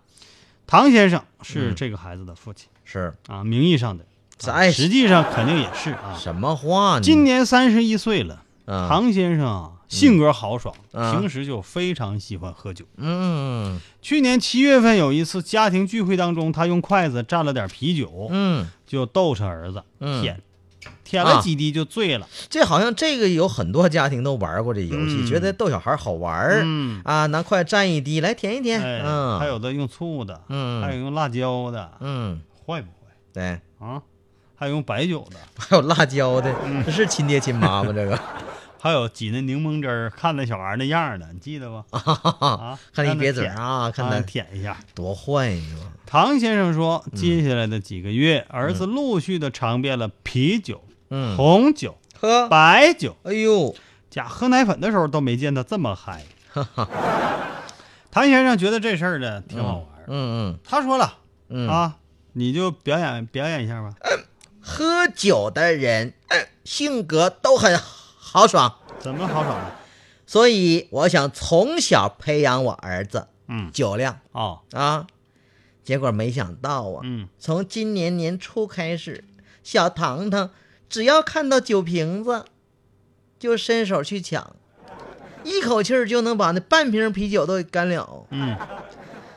唐先生嗯是这个孩子的父亲、是啊，名义上的，这啊爱实际上肯定也是啊。什么话呢？今年三十一岁了，啊唐先生啊性格豪爽，啊平时就非常喜欢喝酒。嗯去年七月份有一次家庭聚会当中，他用筷子蘸了点啤酒，嗯，就逗着儿子嗯舔，舔啊了几滴就醉了。这好像这个有很多家庭都玩过这游戏，嗯觉得逗小孩好玩儿、嗯，啊，拿筷蘸一滴来舔一舔，哎，嗯，还有的用醋的，嗯还有用辣椒的，嗯，坏不坏？对，啊，还有用白酒的，还有辣椒的，嗯这是亲爹亲妈吗？这个还有挤那柠檬汁儿，看那小孩儿那样儿的，你记 得不？啊，看他一让瘪嘴儿舔啊，看嗯他让舔一下。多坏，你说，唐先生说，接下来的几个月，儿子陆续的尝遍了啤酒、嗯，红酒、喝，白酒，哎呦，家喝奶粉的时候都没见他这么 嗨。唐先生觉得这事儿呢挺好玩儿，嗯他说了嗯嗯，啊，你就表演表演一 下吧。喝酒的人、呃性格都很豪爽，怎么好啊爽了？所以我想从小培养我儿子嗯，酒量哦，啊，结果没想到啊，嗯，从今年年初开始，小糖糖只要看到酒瓶子，就伸手去抢，一口气儿就能把那半瓶啤酒都给干了。嗯，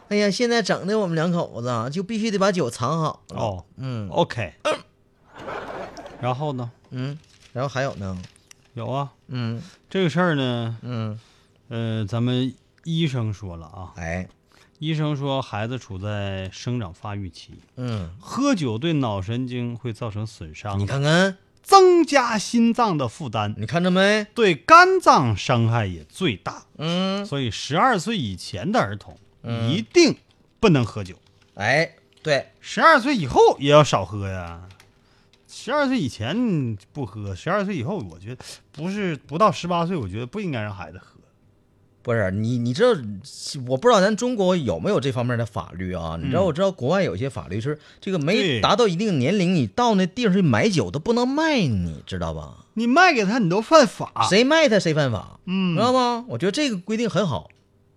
哎呀，现在整的我们两口子啊就必须得把酒藏好。哦嗯，OK。然后呢？嗯，然后还有呢，有啊，嗯这个事儿呢，嗯，呃，咱们医生说了啊，哎，医生说孩子处在生长发育期，嗯，喝酒对脑神经会造成损伤，你看嗯看，增加心脏的负担，你看着没？对肝脏伤害也最大。嗯，所以，十二岁以前的儿童一定不能喝酒，哎，对，十二岁以后也要少喝呀。十二岁以前不喝，十二岁以后，我觉得不是不到十八岁，我觉得不应该让孩子喝。不是你，你知道，我不知道咱中国有没有这方面的法律啊？你知道，我知道国外有些法律是这个没嗯对达到一定年龄，你到那地方去买酒都不能卖你，知道吧？你卖给他，你都犯法。谁卖他谁犯法，啊嗯知道吗？我觉得这个规定很好，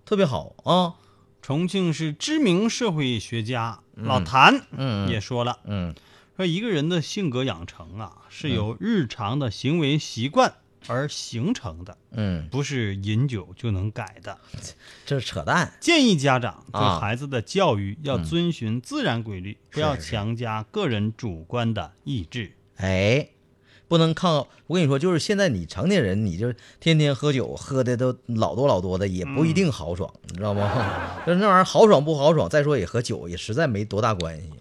特别好啊。重庆市知名社会学家老谭嗯嗯也说了，嗯说一个人的性格养成啊，是由日常的行为习惯而形成的，嗯，不是饮酒就能改的。这是扯淡。建议家长对啊孩子的教育要遵循自然规律，不要嗯是是强加个人主观的意志。哎，不能靠我跟你说，就是现在你成年人，你就是天天喝酒，喝的都老多老多的，也不一定豪爽，你知道 吗？就是那玩意儿豪爽不豪爽，再说也和酒也实在没多大关系。嗯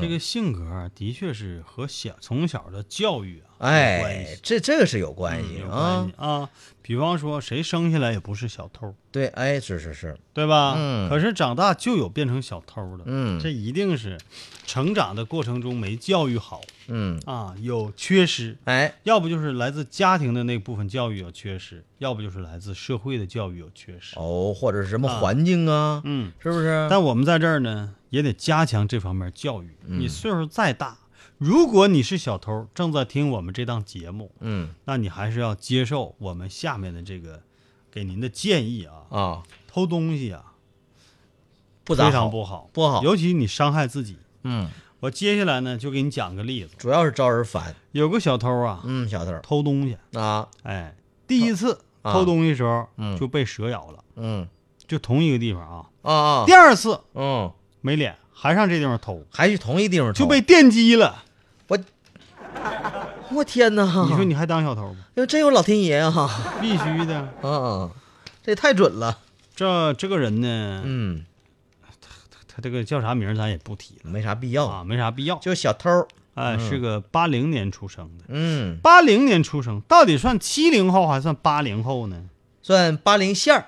这个性格啊的确是和小从小的教育啊有关哎系，，这这个是有关系有关啊系，啊。比方说，谁生下来也不是小偷，对，哎，是是是，对吧？嗯可是长大就有变成小偷的，嗯这一定是成长的过程中没教育好嗯，啊，有缺失。哎，要不就是来自家庭的那部分教育有缺失，要不就是来自社会的教育有缺失。哦，或者是什么环境啊，嗯，是不是？但我们在这儿呢，也得加强这方面教育。嗯你岁数再大，如果你是小偷，正在听我们这档节目，嗯那你还是要接受我们下面的这个给您的建议啊。啊，偷东西啊，不咋非常好，不好，不好尤其你伤害自己。嗯，我接下来呢，就给你讲个例子。主要是招人烦。有个小偷啊，嗯，小偷偷东西，啊，哎，第一次啊偷东西的时候嗯就被蛇咬了，嗯就同一个地方啊。啊啊第，二次嗯，没脸，还上这地方偷，还去同一地方就偷被电击了。我天哪！你说你还当小 偷吗？哟，真有老天爷啊！必须的。啊，这也太准了。这这个人呢，嗯，他这个叫啥名儿咱也不提没啥必了要，啊，没啥必要。就是小偷。哎，是个八零年出生的，嗯，八零年出生到底算七零后还算八零后呢？算八零线儿。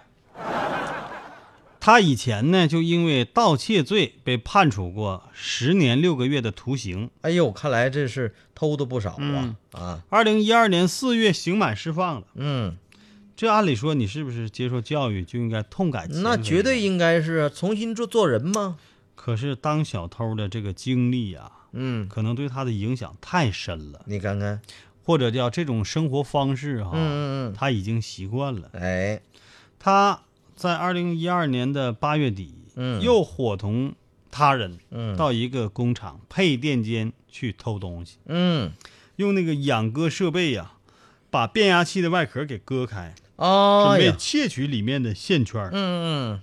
他以前呢就因为盗窃罪被判处过十年六个月的徒刑。哎呦，看来这是偷的不少啊、嗯啊！二零一二年四月刑满释放了，嗯，这按理说你是不是接受教育就应该痛改前非？那绝对。应该是重新做做人嘛。可是当小偷的这个经历啊，嗯，可能对他的影响太深了，你看看，或者叫这种生活方式哈、嗯嗯他已经习惯了。嗯，哎，他在二零一二年的八月底，嗯又伙同他人嗯到一个工厂配电间去偷东西，嗯用那个氧割设备呀、把变压器的外壳给割开，啊准备呀，窃取里面的线圈。嗯、嗯嗯，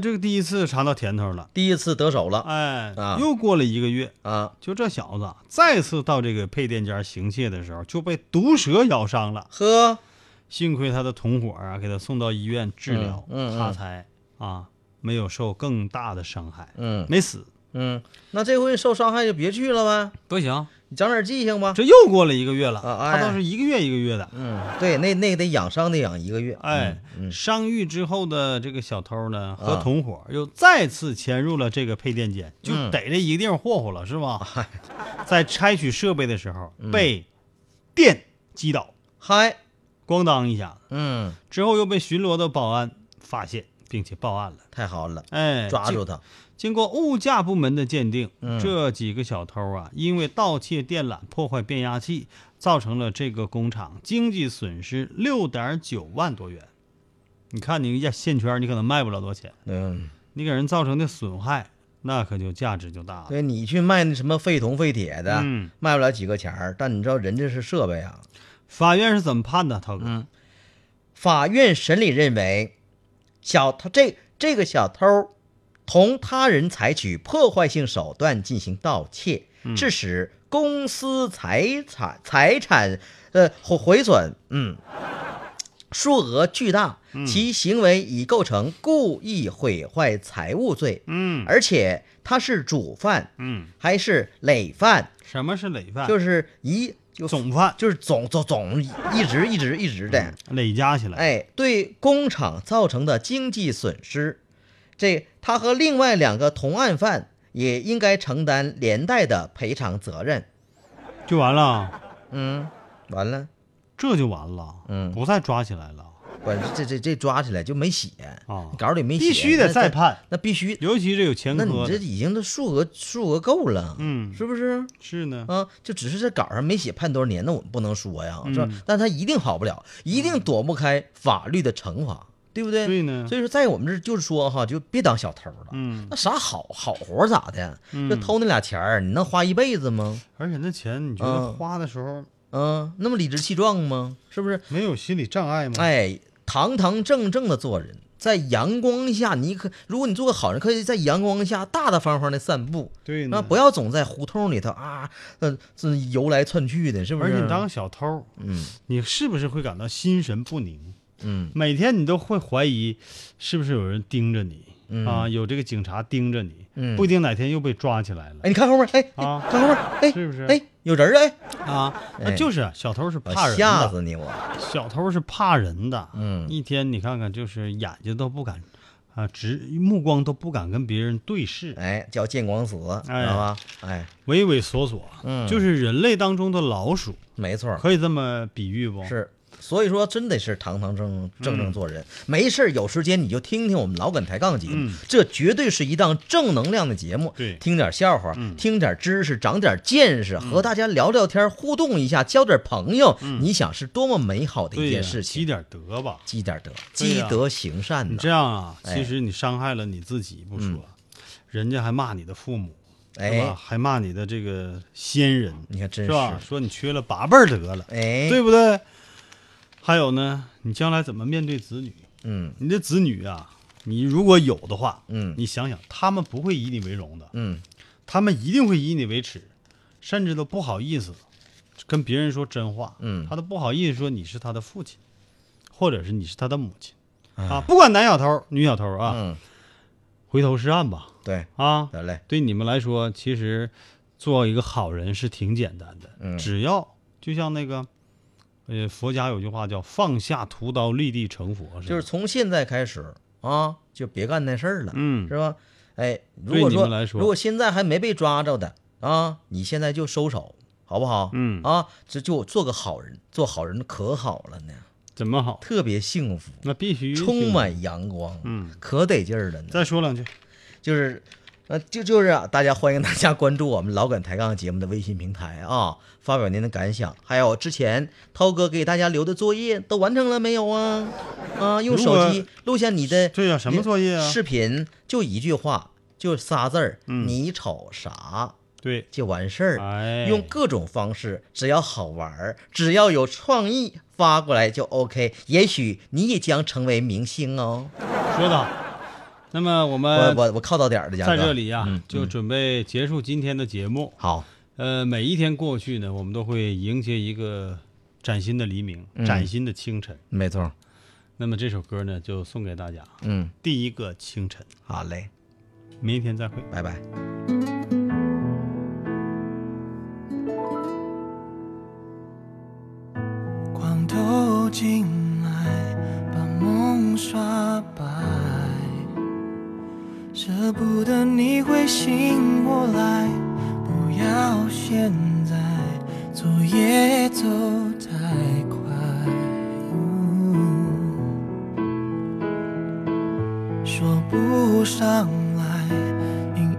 这个第一次尝到甜头了。第一次得手了哎，啊又过了一个月，啊！就这小子啊再次到这个配电间行窃的时候，就被毒蛇咬伤了。呵，幸亏他的同伙啊给他送到医院治疗，嗯嗯嗯他才啊没有受更大的伤害，嗯没死。嗯，那这回受伤害就别去了呗，不行，你长点记性吧。这又过了一个月了，啊哎他倒是一个月一个月的。嗯，对，那那得养伤得养一个月。哎，嗯，伤愈之后的这个小偷呢，和啊同伙又再次潜入了这个配电间，就嗯哎逮着一个地方霍霍了，是 吧？在拆取设备的时候被电击倒，嗯嗨，咣当一下子，嗯，之后又被巡逻的保安发现，并且报案了。太好了，哎，抓经住他。经过物价部门的鉴定，嗯这几个小偷啊，因为盗窃电缆、破坏变压器，造成了这个工厂经济损失六点九万多元。你看，你呀，线圈你可能卖不了多钱，嗯，你给人造成的损害，那可就价值就大了。对你去卖那什么废铜废铁的，嗯卖不了几个钱儿，但你知道人家是设备啊。法院是嗯怎么判的，涛哥？法院审理认为，小偷这这个小偷同他人采取破坏性手段进行盗窃，嗯致使公司财产财产呃毁毁损，嗯，数额巨大，嗯其行为已构成故意毁坏财物罪，嗯而且他是主犯，嗯，还是累犯，什么是累犯？就是是一就总犯，就是总总总一直一直一直的。累加起来。，哎，对工厂造成的经济损失，这他和另外两个同案犯也应该承担连带的赔偿责任。就完了，嗯，完了，这就完了，嗯不再抓起来了完了这这这抓起来就没写，啊，稿里没写，必须得那再，判，那必须。哎尤其是有前那你科这的，已经的数额数额够了，嗯是不是？是呢，啊，就只是这稿上没写判多少年，那我们不能说呀，嗯是吧？但他一定好不了，一定躲不开法律的惩罚，对不对？对呢所以说，在我们这儿就是说哈，就别当小偷了。嗯，那啥好好活咋的？就偷那俩钱儿，你能花一辈子吗？而且那钱你觉得嗯花的时候嗯，那么理直气壮吗？是不是？没有心理障碍吗？哎，堂堂正正的做人，在阳光下，你可如果你做个好人，可以在阳光下大大方方的散步，对呢啊，不要总在胡同里头啊，呃，这游来窜去的，是不而是？且你当小偷，嗯你是不是会感到心神不宁？嗯每天你都会怀疑，是不是有人盯着你、嗯啊？有这个警察盯着你，嗯不一定哪天又被抓起来了。哎，你看后面，哎，啊看后面，哎，是不是哎，有人儿哎，啊，那哎就是小偷是我怕人吓的，死你我！小偷是怕人的。嗯一天你看看，就是眼睛都不敢啊，直目光都不敢跟别人对视，哎，叫见光死，知哎道吧？哎，畏畏缩缩，嗯就是人类当中的老鼠，没错儿，可以这么比喻不？是，所以说真得是堂堂正正正做人，没事儿有时间你就听听我们老梗抬杠节目，嗯这绝对是一档正能量的节目。对嗯听点笑话，听点知识，长点见识，和大家聊聊天，互动一下，交点朋友，你想是多么美好的嗯对一呀件事积情。点德吧。积点德，对积呀德行善你呐这样啊，哎嗯其实你伤害了你自己不说，人家还骂你的父母，是吧？哎，还骂你的这个先人，你看真是是，吧？说你缺了八辈儿德了，哎，对不对？还有呢，你将来怎么面对子女？嗯你的子女啊，你如果有的话，嗯你想想，他们不会以你为荣的，嗯，他们一定会以你为耻，甚至都不好意思跟别人说真话，嗯他都不好意思说你是他的父亲，或者是你是他的母亲，啊，不管男小偷、女小偷啊，哎嗯回头是岸吧，对，啊，得嘞，对你们来说，其实做一个好人是挺简单的，嗯只要就像那个，呃，佛家有句话叫“放下屠刀，立地成佛”，就是吧从现在开始啊，就别干那事儿了。嗯是吧？哎，如对果你说们来说如果现在还没被抓着的啊，你现在就收手，好不好？嗯啊，这就做个好人，做好人可好了呢，怎么好？特别幸福，那必须充。满阳光，嗯，可得劲儿了呢。再说两句，就是，呃，就就是啊，大家欢迎大家关注我们老梗抬杠节目的微信平台啊，发表您的感想，还有之前涛哥给大家留的作业都完成了没有啊？啊，用如手果机录下你的对呀什么作业啊视频就一句话，就仨字儿，你瞅啥？对，就完事儿，哎用各种方式，只要好玩儿，只要有创意，发过来就 OK。也许你也将成为明星哦。说的好。那么我我们我我靠到点儿的，江呃在哥这里呀、啊嗯就嗯准备结束今天的节目。好，呃，每一天过去呢，我们都会迎接一个崭新的黎明，嗯崭新的清晨。没错儿，那么这首歌呢，就送给大家。嗯，第一个清晨，好嘞，明天再会。拜拜。光透进来，把梦刷白，舍不得你会醒过来，不要现在，昨夜走太快。说不上来，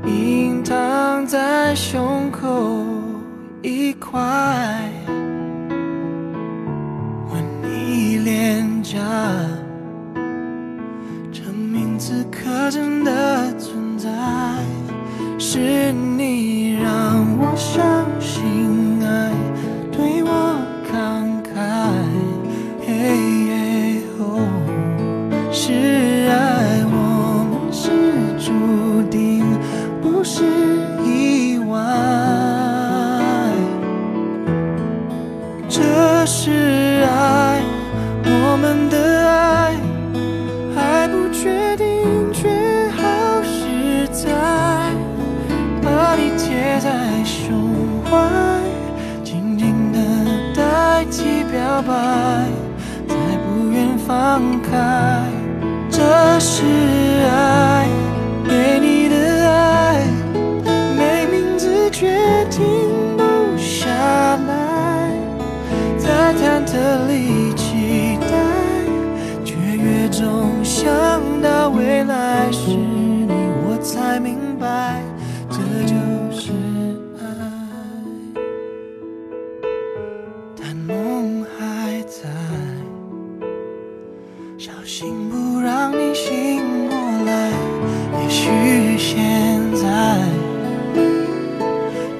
隐隐躺在胸口一块。吻你脸颊，证明此刻真的存在。是你让我相信爱，对我慷慨。嘿耶哦是爱我摇摆，再不愿放开。这是爱，给你的爱，没名字却停不下来，在忐忑里期待，雀跃中想到未来，是你我才明白，这就是爱。但梦还在，小心不让你醒过来。也许现在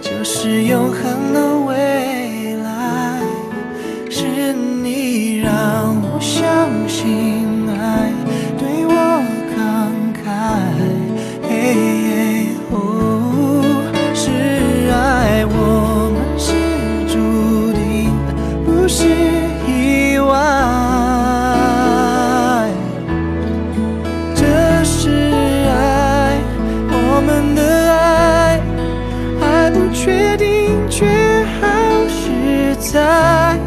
就是永恒的未来，是你让我相信爱，对我慷慨。嘿耶哦，是爱，我们是注定，不是意外。这是爱，我们的爱，还不确定，却好实在。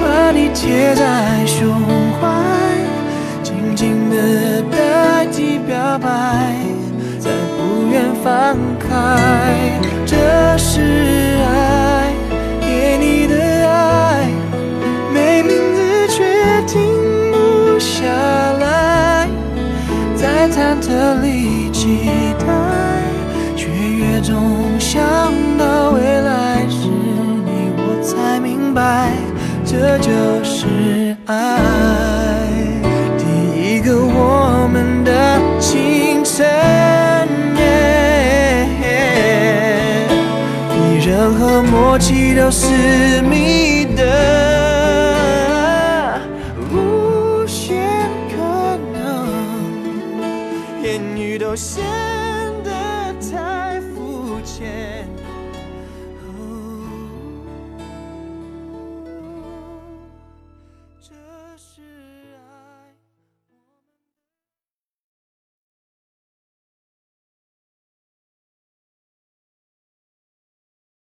把你贴在胸怀，静静的代替表白，再不愿放开。这是爱，给你的爱，没名字却停不下来。在忐忑里期待，雀跃中想到未来，是你我才明白，这就是爱。第一个我们的清晨，比任何默契都私密的，无限可能。言语都显哦